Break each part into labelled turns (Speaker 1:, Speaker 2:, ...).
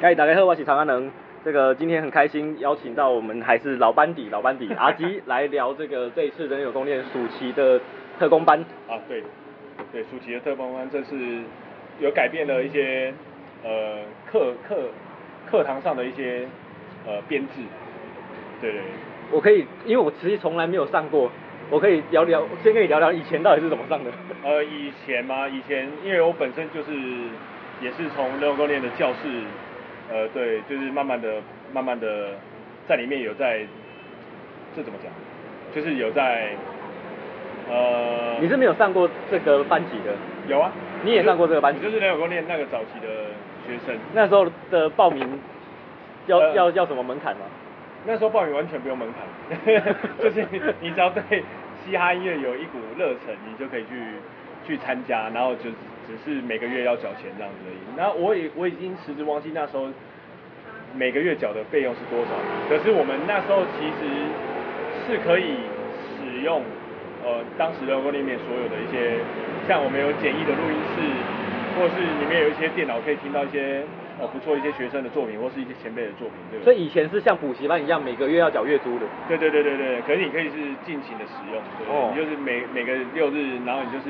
Speaker 1: 嗨，大家好，我是唐阿能。这个今天很开心，邀请到我们还是老班底老班 底阿吉来聊这个这一次人有宫殿暑期的特工班。
Speaker 2: 啊，对，对，暑期的特工班这是有改变了一些呃课课课堂上的一些呃编制，对对
Speaker 1: 我可以，因为我其实从来没有上过，我可以聊聊，先跟你聊聊以前到底是怎么上的。
Speaker 2: 呃，以前嘛，以前因为我本身就是也是从人工练的教室，呃，对，就是慢慢的、慢慢的在里面有在，这怎么讲？就是有在，呃，
Speaker 1: 你是没有上过这个班级的，
Speaker 2: 有啊？
Speaker 1: 你也上过这个班级
Speaker 2: 你就是人工练那个早期的学生。
Speaker 1: 那时候的报名要、
Speaker 2: 呃
Speaker 1: 要要什么门槛吗？
Speaker 2: 那时候报名完全不用门槛， 就是你只要对嘻哈音乐有一股热忱，你就可以去去参加，然后就只是每个月要缴钱这样子而已。那我也我已经实质忘记那时候每个月缴的费用是多少，可是我们那时候其实是可以使用呃当时的供里面所有的一些，像我们有简易的录音室，或是里面有一些电脑可以听到一些呃不错一些学生的作品，或是一些前辈的作品，对不对？
Speaker 1: 所以以前是像补习班一样，每个月要缴月租的。
Speaker 2: 对对对对对，可是你可以是尽情的使用，对不对
Speaker 1: 哦
Speaker 2: 你就是每每个六日，然后你就是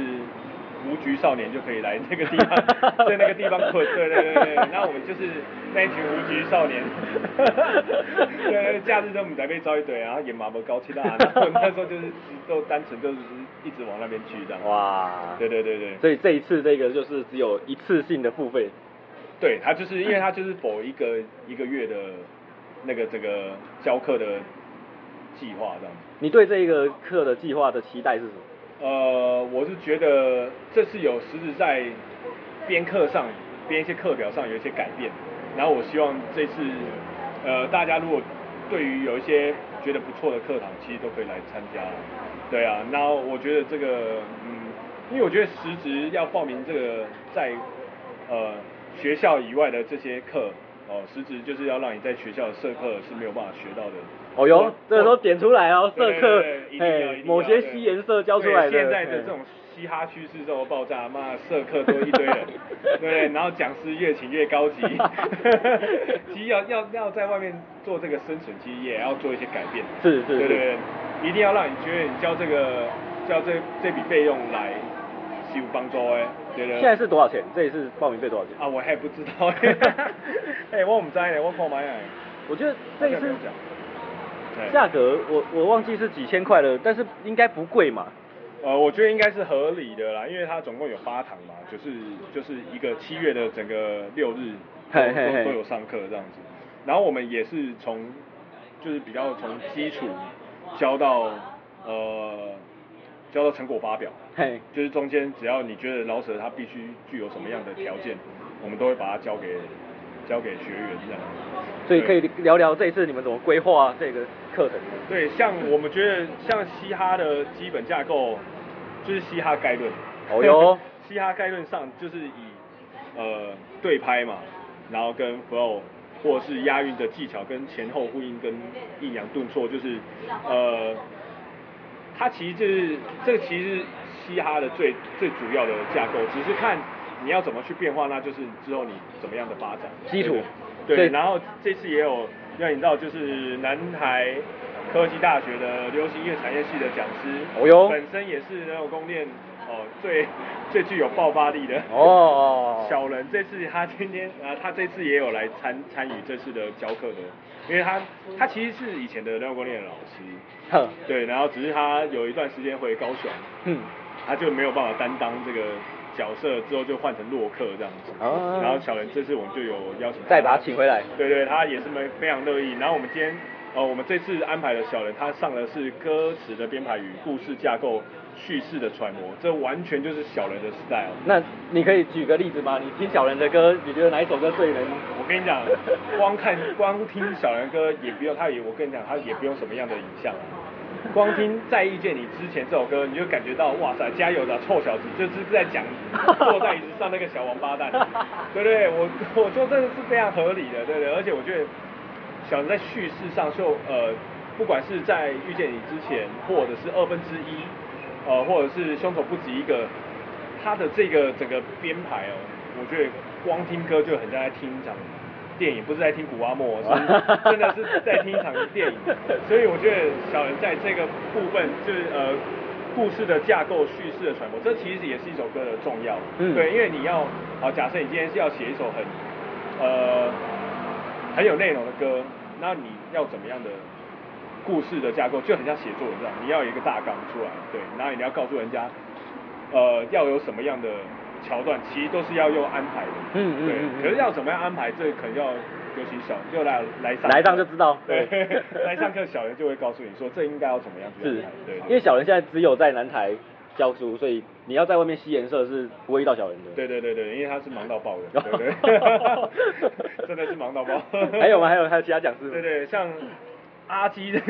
Speaker 2: 无局少年就可以来这个地 方，在那个地方滚，对对对对。然后我们就是那一群无局少年， 对，假日都我们在被招一堆，然后也麻不高气大，然后那时候就是都单纯就是一直往那边去这样。
Speaker 1: 哇
Speaker 2: 对对对对，
Speaker 1: 所以这一次这个就是只有一次性的付费。
Speaker 2: 对他就是因为他就是否一个一个月的那个这个教课的计划这样子。
Speaker 1: 你对这个课的计划的期待是什么？
Speaker 2: 呃，我是觉得这次有实质在编课上、编一些课表上有一些改变，然后我希望这次呃大家如果对于有一些觉得不错的课堂，其实都可以来参加。对啊，那我觉得这个嗯，因为我觉得实质要报名这个在呃学校以外的这些课。哦，实质就是要让你在学校的社课是没有办法学到的。啊
Speaker 1: 哦哟
Speaker 2: 我，
Speaker 1: 这个时候点出来哦，社
Speaker 2: 对
Speaker 1: 课
Speaker 2: 对对，一定要一定
Speaker 1: 哎，
Speaker 2: 要
Speaker 1: 某些
Speaker 2: 对
Speaker 1: 西颜色教出来的。
Speaker 2: 对现在的
Speaker 1: 嘿，
Speaker 2: 这种嘻哈趋势这么爆炸，妈社课多一堆人 对，然后讲师越请越高级，其实要要要在外面做这个生存，其实也要做一些改变，
Speaker 1: 是是
Speaker 2: 对对
Speaker 1: 是，
Speaker 2: 对，一定要让你觉得你交这个交这这笔费用来是有帮助的，对对。
Speaker 1: 现在是多少钱？这一次报名费多少钱？
Speaker 2: 啊，我还不知道， 哎、我唔知呢，我看买哎，
Speaker 1: 我觉得这一次
Speaker 2: 对
Speaker 1: 价格我我忘记是几千块了，但是应该不贵嘛。
Speaker 2: 呃，我觉得应该是合理的啦，因为它总共有八堂嘛，就是就是一个七月的整个六日都
Speaker 1: 嘿嘿嘿
Speaker 2: 都都有上课这样子。然后我们也是从就是比较从基础教到呃教到成果发表，
Speaker 1: 嘿，
Speaker 2: 就是中间只要你觉得老舍他必须具有什么样的条件，我们都会把它交给交给学员这样子。
Speaker 1: 所以可以
Speaker 2: 对
Speaker 1: 聊聊这一次你们怎么规划这个课程。
Speaker 2: 对，像我们觉得像嘻哈的基本架构就是嘻哈概论。
Speaker 1: 哦哟
Speaker 2: 嘻哈概论上就是以呃对拍嘛，然后跟 flow 或是押韵的技巧跟前后呼应跟抑扬顿挫，就是呃，它其实就是这个其实是嘻哈的最最主要的架构，只是看你要怎么去变化，那就是之后你怎么样的发展
Speaker 1: 基础
Speaker 2: 对
Speaker 1: 所以
Speaker 2: 对，然后这次也有要引到就是南台科技大学的流行音乐产业系的讲师，
Speaker 1: 哦哟
Speaker 2: 本身也是人偶宫殿哦最 最具有爆发力的
Speaker 1: 哦
Speaker 2: 小人这次他今天啊，他这次也有来参参与这次的教课的，因为他他其实是以前的人偶宫殿的老师，
Speaker 1: 哼，
Speaker 2: 对，然后只是他有一段时间回高雄，
Speaker 1: 嗯，
Speaker 2: 他就没有办法担当这个角色，之后就换成洛克这样子。
Speaker 1: 哦
Speaker 2: 然后小人这次我们就有邀请他
Speaker 1: 再把他请回来
Speaker 2: 对对，他也是蛮非常乐意。然后我们今天呃，我们这次安排的小人，他上的是歌词的编排与故事架构、叙事的揣摩，这完全就是小人的 style。
Speaker 1: 那你可以举个例子吗？你听小人的歌，你觉得哪一首歌最能？
Speaker 2: 我跟你讲，光看光听小人歌也不用，他也我跟你讲，他也不用什么样的影像、啊，光听在遇见你之前这首歌，你就感觉到哇塞，加油的臭小子，就是在讲坐在椅子上那个小王八蛋，对不对？我我说真的是非常合理的，对不对？而且我觉得小人在叙事上就呃，不管是在遇见你之前，或者是二分之一，呃，或者是凶手不止一个，他的这个整个编排哦，我觉得光听歌就很像在听一场电影，不是在听古阿莫，我是 真的是在听一场电影。所以我觉得小人在这个部分就是呃故事的架构、叙事的传播，这其实也是一首歌的重要。
Speaker 1: 嗯
Speaker 2: 对，因为你要好，假设你今天是要写一首很呃很有内容的歌，那你要怎么样的故事的架构，就很像写作文这样，你要有一个大纲出来，对，然后你要告诉人家，呃，要有什么样的桥段，其实都是要用安排的，
Speaker 1: 嗯嗯
Speaker 2: 对
Speaker 1: 嗯嗯
Speaker 2: 可是要怎么样安排，这可能要有请小就来来上
Speaker 1: 来上就知道
Speaker 2: 对
Speaker 1: 对，
Speaker 2: 来上课小人就会告诉你说这应该要怎么样去 安
Speaker 1: 是
Speaker 2: 排，对，对
Speaker 1: 因为小人现在只有在南台教书，所以你要在外面吸颜色是不会遇到小人的。
Speaker 2: 对对对对，因为他是忙到爆 的，对对， 真的是忙到爆。
Speaker 1: 还有吗？还有还有其他讲师吗？，
Speaker 2: 对对，像阿基的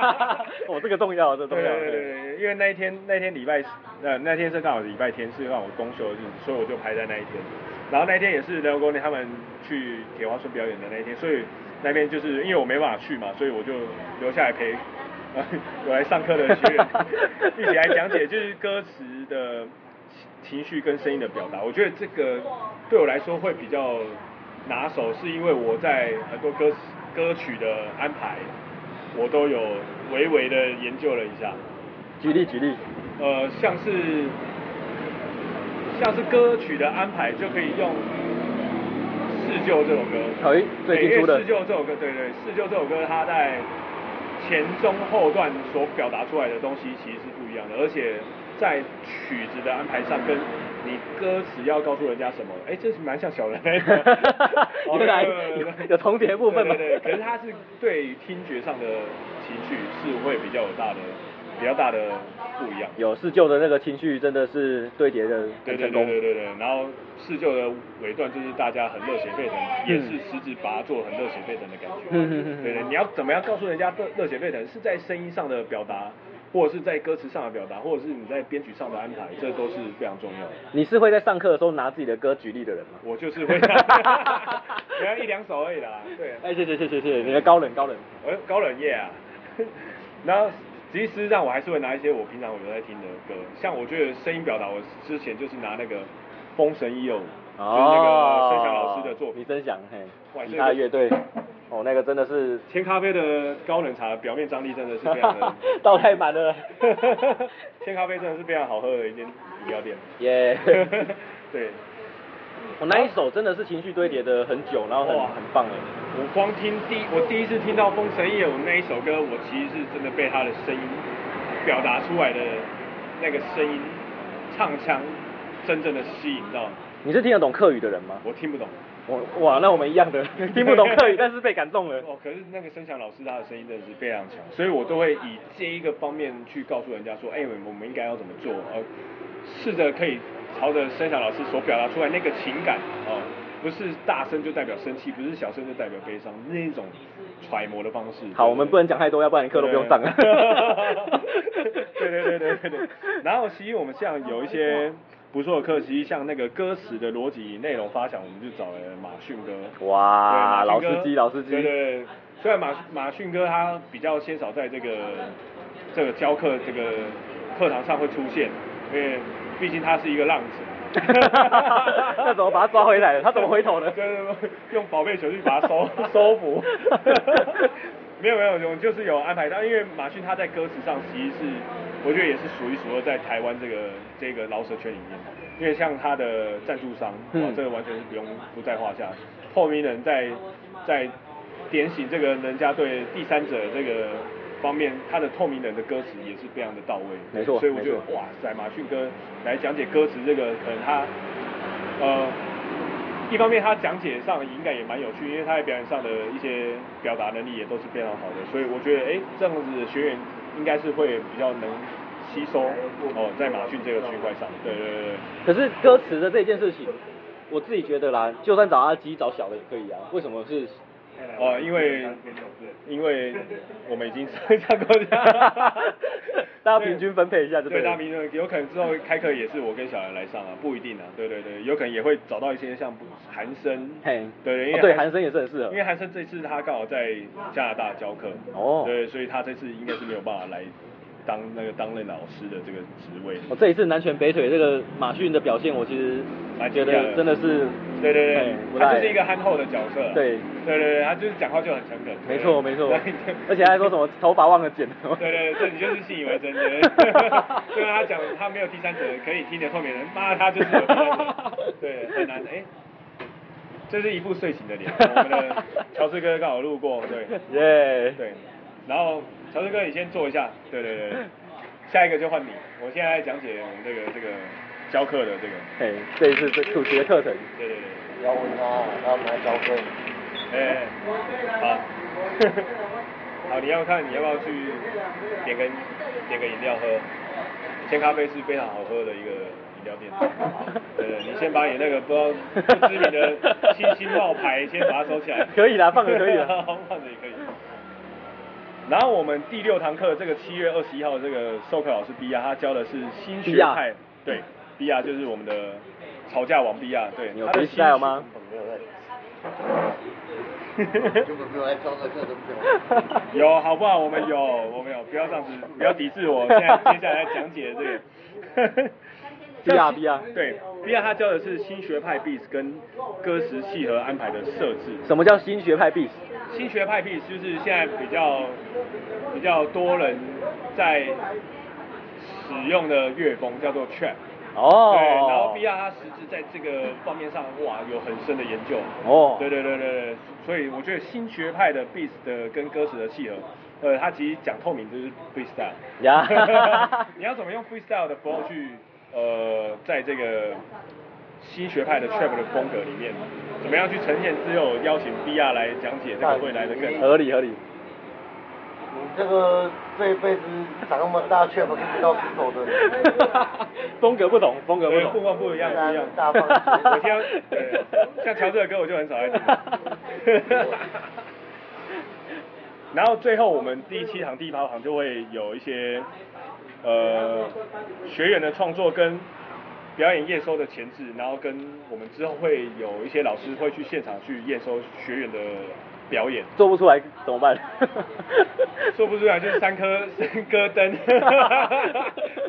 Speaker 1: 哦这个重要这个重要
Speaker 2: 对对对，对因为那一天那一天礼拜，呃，那天是刚好礼拜天是让我公休的日子，所以我就排在那一天。然后那一天也是刘国林他们去铁花村表演的那一天，所以那边就是因为我没办法去嘛，所以我就留下来陪。 呃有来上课的学员一起来讲解，就是歌词的情绪跟声音的表达。我觉得这个对我来说会比较拿手，是因为我在很多歌词歌曲的安排，我都有微微的研究了一下。
Speaker 1: 举例举例。
Speaker 2: 呃，像是像是歌曲的安排，就可以用《试旧》这首歌。
Speaker 1: 哎最近
Speaker 2: 对因为
Speaker 1: 出的。
Speaker 2: 试旧》这首歌，对对，《试旧》这首歌，它在前中后段所表达出来的东西其实是不一样的，而且在曲子的安排上跟。你歌词要告诉人家什么？哎、这是蛮像小人的
Speaker 1: 原来
Speaker 2: 哦对对对对
Speaker 1: 有重叠部分吗
Speaker 2: 对对对，可是它是对听觉上的情绪是会比较有大的、比较大的不一样。
Speaker 1: 有施救的那个情绪真的是对叠的很
Speaker 2: 对对
Speaker 1: 成
Speaker 2: 对
Speaker 1: 功。
Speaker 2: 对对对，然后试旧的尾段就是大家很热血沸腾，也是实质把它做得很热血沸腾的感觉。
Speaker 1: 嗯嗯嗯嗯
Speaker 2: 对对，你要怎么样告诉人家热热血沸腾是在声音上的表达，或者是在歌词上的表达，或者是你在编曲上的安排，这都是非常重要的。
Speaker 1: 你是会在上课的时候拿自己的歌举例的人吗？
Speaker 2: 我就是 会， 只要一两首而已啦。对，
Speaker 1: 哎，谢谢谢谢谢谢，你的高冷高冷。
Speaker 2: 呃，高冷夜啊， 然后其实上我还是会拿一些我平常我有在听的歌，像我觉得声音表达，我之前就是拿那个《封神一二五》，就是那
Speaker 1: 哦
Speaker 2: 个声响老师的作
Speaker 1: 你
Speaker 2: 品。
Speaker 1: 声响嘿
Speaker 2: 哇，
Speaker 1: 吉他乐队，哦，那个真的是，
Speaker 2: 千咖啡的高冷茶表面张力真的是非常的
Speaker 1: 倒太满了
Speaker 2: 千咖啡真的是非常好喝的一间饮料店。
Speaker 1: 耶。
Speaker 2: 对，
Speaker 1: 我那一首真的是情绪堆叠的很久，然后很
Speaker 2: 哇
Speaker 1: 很棒哎。
Speaker 2: 我光听第我第一次听到《封神夜舞》那一首歌，我其实是真的被他的声音表达出来的那个声音唱腔真正的吸引到，
Speaker 1: 你是听得懂客语的人吗？
Speaker 2: 我听不懂。
Speaker 1: 我哇，那我们一样的， 听不懂客语，但是被感动了。
Speaker 2: 哦，可是那个声响老师他的声音真的是非常强，所以我都会以这一个方面去告诉人家说，哎、我们应该要怎么做，呃，试着可以朝着声响老师所表达出来那个情感，哦、不是大声就代表生气，不是小声就代表悲伤，那一种揣摩的方式。
Speaker 1: 好，我们不
Speaker 2: 能。
Speaker 1: 能讲太多，要不然课都不用上了。
Speaker 2: 对对对对对对。然后其实我们像有一些不错的课，其实像那个歌词的逻辑内容发想，我们就找了马逊 哥。
Speaker 1: 哇，
Speaker 2: 对
Speaker 1: 啊老
Speaker 2: 马逊哥
Speaker 1: 司机，老司机。
Speaker 2: 对对对。虽然马马逊哥他比较鲜少在这个这个教课这个课堂上会出现，因为毕竟他是一个浪子。
Speaker 1: 那怎么把他抓回来的他怎么回头的
Speaker 2: 就是用宝贝球去把他收 收服。没有没有，我们就是有安排到，因为马逊他在歌词上其实是，我觉得也是数一数二在台湾这个这个饶舌圈里面，因为像他的赞助商，哇
Speaker 1: 嗯，
Speaker 2: 这个完全是不用不在话下。透明人在在点醒这个人家对第三者这个方面，他的透明人的歌词也是非常的到位，
Speaker 1: 没错
Speaker 2: 所以我觉得
Speaker 1: 没错
Speaker 2: 哇塞，马逊哥来讲解歌词这个，可能他呃，一方面他讲解上应该也蛮有趣，因为他在表演上的一些表达能力也都是非常好的，所以我觉得哎、这样子的学员应该是会比较能吸收哦，在马逊这个区块上，对对对对。
Speaker 1: 可是歌词的这件事情，我自己觉得啦，就算找阿基找小的也可以啊，为什么是？，
Speaker 2: 哦，因为因为我们已经上上过 家
Speaker 1: 大家平均分配一下就对
Speaker 2: 对，
Speaker 1: 了
Speaker 2: 大家平均有可能之后开课也是我跟小杨来上啊，不一定啊，对对对，有可能也会找到一些像韩生，
Speaker 1: 嘿
Speaker 2: 对对，因为
Speaker 1: 哦对韩生也是很适合
Speaker 2: 因为韩生这次他刚好在加拿大教课，
Speaker 1: 哦
Speaker 2: 对，所以他这次应该是没有办法来当那个担任老师的这个职位，
Speaker 1: 哦我这一次南拳北腿这个马逊的表现，我其实
Speaker 2: 蛮
Speaker 1: 觉
Speaker 2: 惊讶
Speaker 1: 得真的是，
Speaker 2: 对对对
Speaker 1: 嗯，不
Speaker 2: 他
Speaker 1: 赖
Speaker 2: 就是一个憨厚的角色啊。
Speaker 1: 对
Speaker 2: 对对对，他就是讲话就很诚恳。，
Speaker 1: 没错没错而且还说什么头发忘了剪，
Speaker 2: 对对对，这你就是信以 为真的。对啊，他讲他没有第三者可以听得透明人，骂他就是有第三者。对，很难哎。这是一副睡醒的脸，我们的乔治哥刚好路过，对，
Speaker 1: 耶，
Speaker 2: 对，然后乔治哥你先坐一下，对对对，对下一个就换你，我现在来讲解我们这个这个教课的这个，
Speaker 1: 嘿，这一次这主题的课程，
Speaker 2: 对对
Speaker 3: 要问他，他们来教课。
Speaker 2: 对，哎、 好，好，你要看你要不要去点个点个饮料喝，千咖啡是非常好喝的一个饮料店，对对，你先把你那个不知道不知名的星星冒牌先把它收起来，
Speaker 1: 可以啦放着可以啦
Speaker 2: 放着也可以。然后我们第六堂课，这个七月二十一号，这个授课老师比亚，他教的是新学派
Speaker 1: Bia，
Speaker 2: 对，比亚就是我们的吵架王比亚，对，
Speaker 1: 你有
Speaker 2: 他的新学
Speaker 1: freestyle 吗？
Speaker 3: 根本没有在，根本没有在教这课，都没有。
Speaker 2: 有，好不好？我们有，我们有，不要这样子，不要抵制我。现在接下来讲解这 个。
Speaker 1: 比亚比亚
Speaker 2: 对，比亚他教的是新学派 beats 跟歌词契合安排的设置。
Speaker 1: 什么叫新学派 beat？
Speaker 2: 新学派 beats 就是现在比较比较多人在使用的乐风叫做 trap。
Speaker 1: 哦，
Speaker 2: 对，然后比亚他实质在这个方面上，哇，有很深的研究。
Speaker 1: 哦
Speaker 2: 对对对对对，所以我觉得新学派的 beats 的跟歌词的契合，呃，他其实讲透明就是 freestyle。
Speaker 1: 呀
Speaker 2: 你要怎么用 freestyle 的 flow 去，呃，在这个新学派的 trap 的风格里面，怎么样去呈现？只有邀请比亚来讲解这个会来的更
Speaker 3: 呃
Speaker 1: 合理合理，
Speaker 3: 你这个这一辈子长那么大，却不知道洗手的你。
Speaker 1: 风格不同，风格不
Speaker 2: 对，不
Speaker 1: 同，
Speaker 2: 光不一样，不一样。
Speaker 3: 呃大方
Speaker 2: 我听到，对，像乔治的歌我就很少爱 听。然后最后我们第七堂、第八堂就会有一些呃学员的创作跟表演验收的前置，然后跟我们之后会有一些老师会去现场去验收学员的表演。
Speaker 1: 做不出来怎么办？
Speaker 2: 说不出来就是三颗 三颗灯，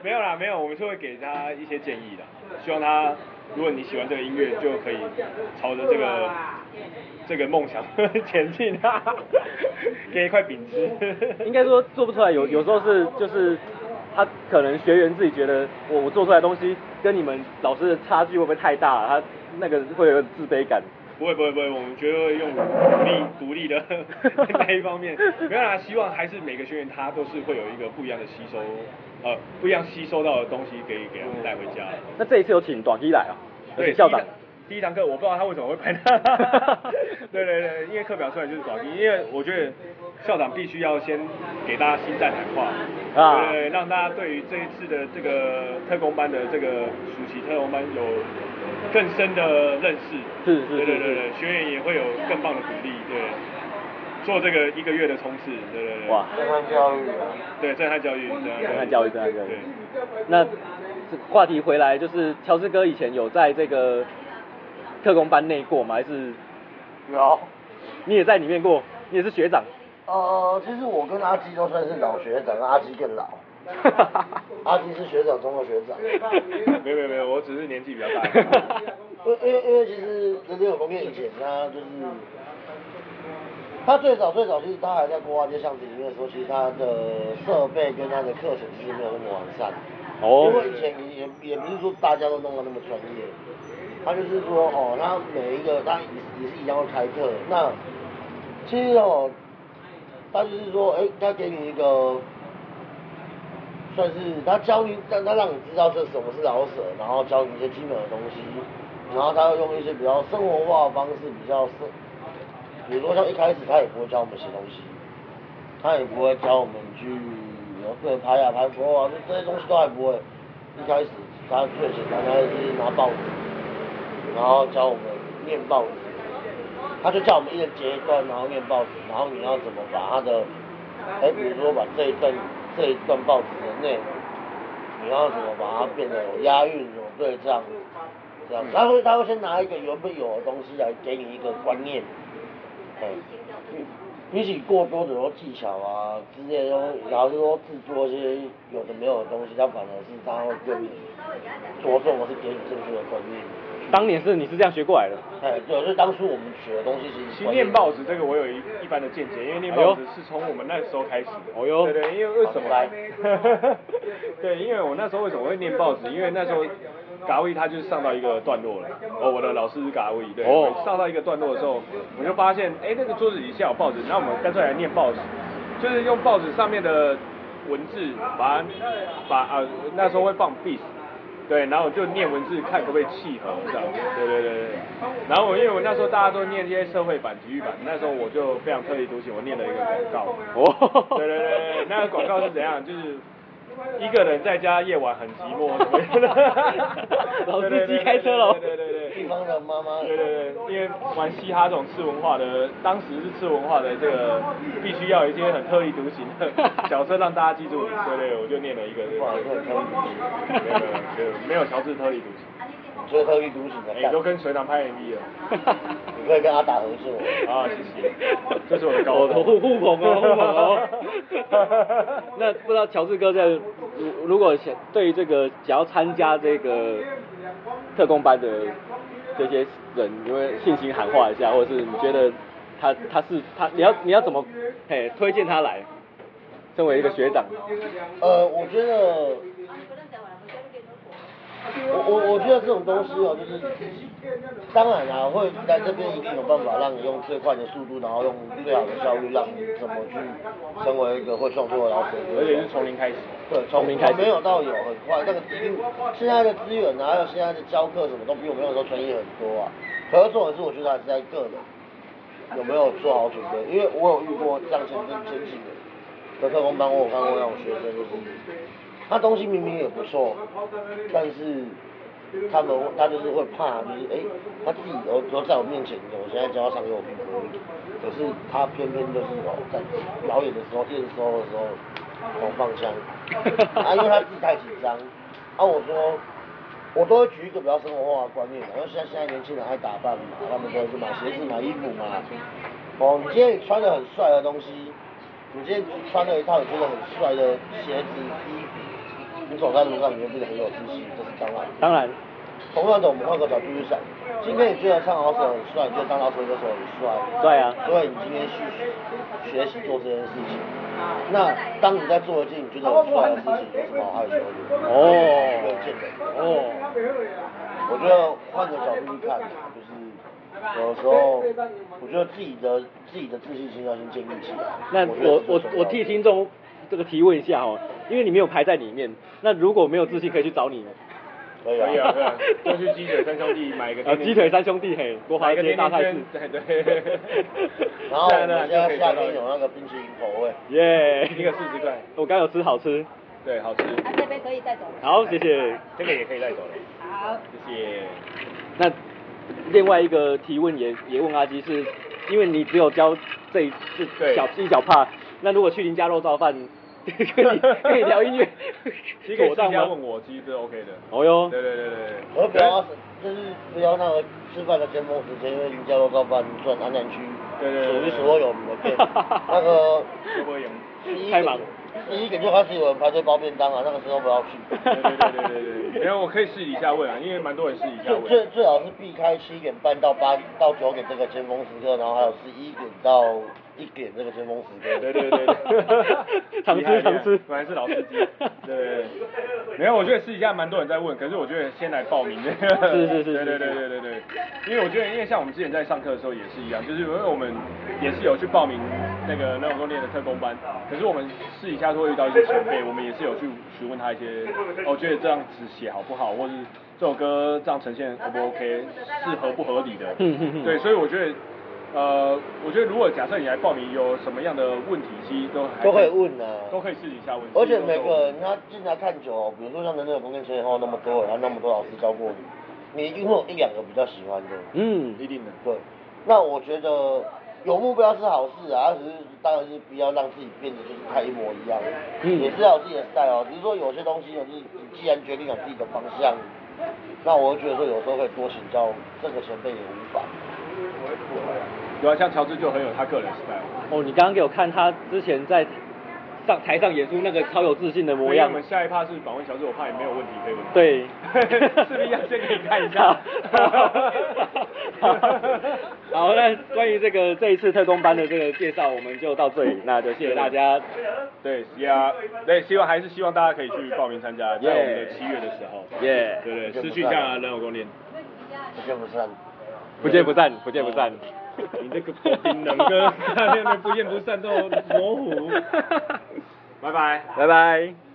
Speaker 2: 没有啦，没有，我们是会给他一些建议的，希望他如果你喜欢这个音乐，就可以朝着这个这个梦想 前进啊，给一块饼吃。
Speaker 1: 应该说做不出来，有有时候是就是他可能学员自己觉得我我做出来的东西跟你们老师的差距会不会太大、他那个会有自卑感。
Speaker 2: 不会不会不会，我们绝对会用独立独立的 那一方面。没有啦，希望还是每个学员他都是会有一个不一样的吸收，呃，不一样吸收到的东西给给他们带回家。
Speaker 1: 那这一次有请短期来啊、有
Speaker 2: 对，
Speaker 1: 请校长
Speaker 2: 第一堂。第一堂课我不知道他为什么会 排那，对对对，因为课表出来就是短因为我觉得校长必须要先给大家心战喊话，
Speaker 1: 啊
Speaker 2: 对对，对让大家对于这一次的这个特工班的这个暑期特工班有更深的认识，
Speaker 1: 是是
Speaker 2: 对对
Speaker 1: 是
Speaker 2: 对对，学员也会有更棒的鼓励，对，做这个一个月的冲刺，对对对，
Speaker 1: 哇
Speaker 3: 台湾教育啊，
Speaker 2: 对震撼教育，震
Speaker 1: 震撼教育震撼教育
Speaker 2: 对，
Speaker 1: 那这话题回来，就是乔治哥以前有在这个特工班内过吗？还是
Speaker 3: 有。
Speaker 1: 你也在里面过？你也是学长？
Speaker 3: 呃，其实我跟阿基都算是老学长，阿基更老。阿基是学长中的学长。
Speaker 2: 没有没有没有，我只是年纪比较大。
Speaker 3: 因因为因为其实人人有功业以前他就是，他最早最早其实他还在国华街巷子里面的时候，其实他的设备跟他的课程其实没有那么完善。
Speaker 1: 哦
Speaker 3: 因为以前也也不是说大家都弄得那么专业，他就是说哦，他每一个他也也是一样会开课，那其实哦，他就是说，哎、他给你一个算是他教你，让他让你知道这什么是老舍，然后教你一些基本的东西，然后他要用一些比较生活化的方式，比较是，比如说像一开始他也不会教我们写东西，他也不会教我们去有个拍啊拍佛啊，这这些东西都还不会。一开始他最简单，他就是拿报纸，然后教我们念报纸，他就叫我们一人截一段，然后念报纸，然后你要怎么把他的，哎、比如说把这一段这一段报纸的内容，你要怎么把它变得有押韵、有对仗，这样，他会他会先拿一个原本有的东西来给你一个观念，哎、比起过多的说技巧啊之类的东西，然后就说制作一些有的没有的东西，他反而是他会更着重我是给你正确的观念。
Speaker 1: 当年是你是这样学过来的，
Speaker 3: 哎，对，所以当初我们学的东西其实
Speaker 2: 其实念报纸这个我有一一般的见解，因为念报纸是从我们那时候开始的。
Speaker 1: 哎哦哟
Speaker 2: 对对，因为为什么
Speaker 3: 来？
Speaker 2: 对，因为我那时候为什么会念报纸？因为那时候嘎卫他就是上到一个段落了。哦，我的老师是嘎卫，对。
Speaker 1: 哦
Speaker 2: 上到一个段落的时候，我就发现，哎，那个桌子底下有报纸，那我们干脆来念报纸，就是用报纸上面的文字把它把啊、那时候会放 b e a 对，然后我就念文字看可不可以契合这样子，对对对对。然后我因为我那时候大家都念一些社会版、体育版，那时候我就非常特立独行，我念了一个广告。
Speaker 1: 哦。
Speaker 2: 对对对对，那个广告是怎样？就是一个人在家夜晚很寂寞什么的
Speaker 1: 老司机开车咯
Speaker 2: 对对对对对
Speaker 3: 地方的妈妈，
Speaker 2: 对对对，因为玩嘻哈这种次文化的，当时是次文化的这个，必须要有一些很特立独行的角色让大家记住你。对对，我就念了一个这个。
Speaker 3: 哇这很特立独行
Speaker 2: 没有没有没有没有乔治特立独行，
Speaker 3: 所以特立独行的
Speaker 2: 哎、
Speaker 3: 干
Speaker 2: 都，跟隋唐拍 MV 了。
Speaker 3: 你可以跟阿达合作。
Speaker 2: 啊，谢谢，这是我的高
Speaker 1: 互互捧哦，互捧 哦。那不知道乔治哥在如如果想对于这个想要参加这个特工班的这些人，你会信心喊话一下，或者是你觉得他他是他你要你要怎么嘿推荐他来？身为一个学长，
Speaker 3: 呃，我觉得，
Speaker 4: 啊
Speaker 3: 我我我觉得这种东西哦，就是，当然啦、会来这边一定有办法让你用最快的速度，然后用最好的效率，让你怎么去成为一个会创作的老师。
Speaker 2: 而且是从零开始。
Speaker 3: 对，
Speaker 1: 从零开始
Speaker 3: 没有到有很快，那个一定现在的资源啊，还有现在的教课什么，都比我们那个时候专业很多啊。合作也是我觉得还是在个人有没有做好准备，因为我有遇过这样前进前几年的特工班，我有看过那种学生就是，他东西明明也不错，但是他们他就是会怕，就是哎、他自己都都在我面前，我现在教他唱给我听而已，可是他偏偏就是哦，在表演的时候、验收的时候狂放枪，啊，因为他自己太紧张，啊，我说。我都会举一个比较生活化的观念嘛，因为现在现在年轻人爱打扮嘛，他们都会去买鞋子、买衣服嘛。哦，你今天你穿的很帅的东西，你今天穿了一套你觉得很帅的鞋子、衣服，你走在路上你会变得很有自信，这是当然的。
Speaker 1: 当然，
Speaker 3: 同样的，我们换个角度去想，今天你觉得唱老手很帅，你觉得当老手歌手很帅，
Speaker 1: 对啊
Speaker 3: 所以你今天去学习做这件事情。那当你在做一件你觉得很帅的事情，有什么好害羞的？
Speaker 1: 哦
Speaker 3: 没有见得。
Speaker 1: 哦，
Speaker 3: 我觉得换个角度去看，就是有时候，我觉得自己的自己的自信心要先建立起来。
Speaker 1: 那
Speaker 3: 觉得
Speaker 1: 我
Speaker 3: 这是
Speaker 1: 我
Speaker 3: 重要
Speaker 1: 我
Speaker 3: 的
Speaker 1: 替听众这个提问一下哦，因为你没有排在里面，那如果没有自信可以去找你吗？
Speaker 3: 可以
Speaker 2: 可以啊，对啊
Speaker 3: 啊，，
Speaker 2: 就去鸡腿三兄弟买一个
Speaker 1: 呃
Speaker 2: 甜甜圈。
Speaker 1: 鸡腿三兄弟嘿，国华
Speaker 2: 买一个
Speaker 1: 街
Speaker 2: 甜
Speaker 1: 大
Speaker 2: 甜
Speaker 1: 菜市
Speaker 2: 圈，， 对对。
Speaker 3: 然后我
Speaker 2: 当然
Speaker 3: 们现
Speaker 2: 就可
Speaker 3: 在
Speaker 2: 以找
Speaker 3: 夏
Speaker 2: 到
Speaker 3: 天有那个冰淇淋口味，
Speaker 1: 耶，
Speaker 2: 一个40块
Speaker 1: 我刚有吃好吃，
Speaker 2: 对，好吃，
Speaker 4: 啊，这杯可以带走了。
Speaker 1: 好谢谢。
Speaker 2: 这个也可以带走了，
Speaker 4: 好。
Speaker 2: 谢谢。
Speaker 1: 那另外一个提问也也问阿基是，因为你只有教这一这
Speaker 2: 对
Speaker 1: 小一小帕，那如果去林家肉燥饭 跟你跟你聊音 乐，
Speaker 2: 其实可以私
Speaker 1: 当
Speaker 2: 下问？我，其实是 OK 的。
Speaker 1: 哦哟
Speaker 2: 对对对对。
Speaker 3: 而不要就是不要那个吃饭的尖峰时间，因为你家都照办，转安南区
Speaker 2: 对对对
Speaker 3: 数
Speaker 2: 对
Speaker 3: 一数二有名的店，那 个
Speaker 2: 会不会赢？
Speaker 3: 第一
Speaker 1: 太
Speaker 3: 个
Speaker 1: 忙，
Speaker 3: 第一个就开始有人排队包便当啊，那个时候不要去。
Speaker 2: 对对对对对对，然后我可以私底下问啊，因为蛮多人私底下
Speaker 3: 最最
Speaker 2: 问。
Speaker 3: 最好是避开七点半到八到九点这个尖峰时刻，然后还有十一点到一点这个尖峰时刻。
Speaker 2: 对对对对
Speaker 1: 常吃
Speaker 2: 厉害厉害
Speaker 1: 常吃
Speaker 2: 果然是老司 机。对对对，没有，我觉得私底下蛮多人在问，可是我觉得先来报名。
Speaker 1: 是是 是是
Speaker 2: 对对对对对对，因为我觉得，因为像我们之前在上课的时候也是一样，就是因为我们也是有去报名那个那种多练的特工班，可是我们私底下都会遇到一些前辈，我们也是有去询问他一些，哦，觉得这样子写好不好，或是这首歌这样呈现 O 不 OK，是合不合理的。
Speaker 1: 嗯嗯嗯
Speaker 2: 对，所以我觉得。呃，我觉得如果假设你来报名有什么样的问题，其实都还
Speaker 3: 都可以问啊
Speaker 2: 都可以私底下问。
Speaker 3: 而且每个人他进来看久哦了，比如说像人类公跟前以后那么多人，然后那么多老师教过你，你一定会有一两个比较喜欢的。
Speaker 1: 嗯，
Speaker 2: 一定的。
Speaker 3: 对，那我觉得有目标是好事啊，只是当然是不要让自己变得就是太一模一样，
Speaker 1: 嗯
Speaker 3: 也是要有自己的 style 哦。只是说有些东西呢，就是你既然决定了自己的方向，那我会觉得说有时候可以多请教这个前辈也无妨。
Speaker 2: 对啊，像乔治就很有他个人 style。
Speaker 1: 哦，你刚刚给我看他之前在上台上演出那个超有自信的模样
Speaker 2: 所以我。们下一趴是访问小组，我怕也没有问题可以问。
Speaker 1: 对
Speaker 2: 是不是要先给你看一下
Speaker 1: 好 好，那关于这个这一次特工班的这个介绍，我们就到这里，那就谢谢大家。
Speaker 2: 对，呀，对，希望还是希望大家可以去报名参加，在我们的
Speaker 1: Yeah
Speaker 2: 七月的时候。
Speaker 1: 耶、
Speaker 2: 对对，失去一下人偶公练。
Speaker 3: 不见不散。
Speaker 1: 不见不散，不见不散。
Speaker 2: 哦 你这个不冰冷 哥，下面的不见不散都模糊。拜拜。
Speaker 1: 拜拜。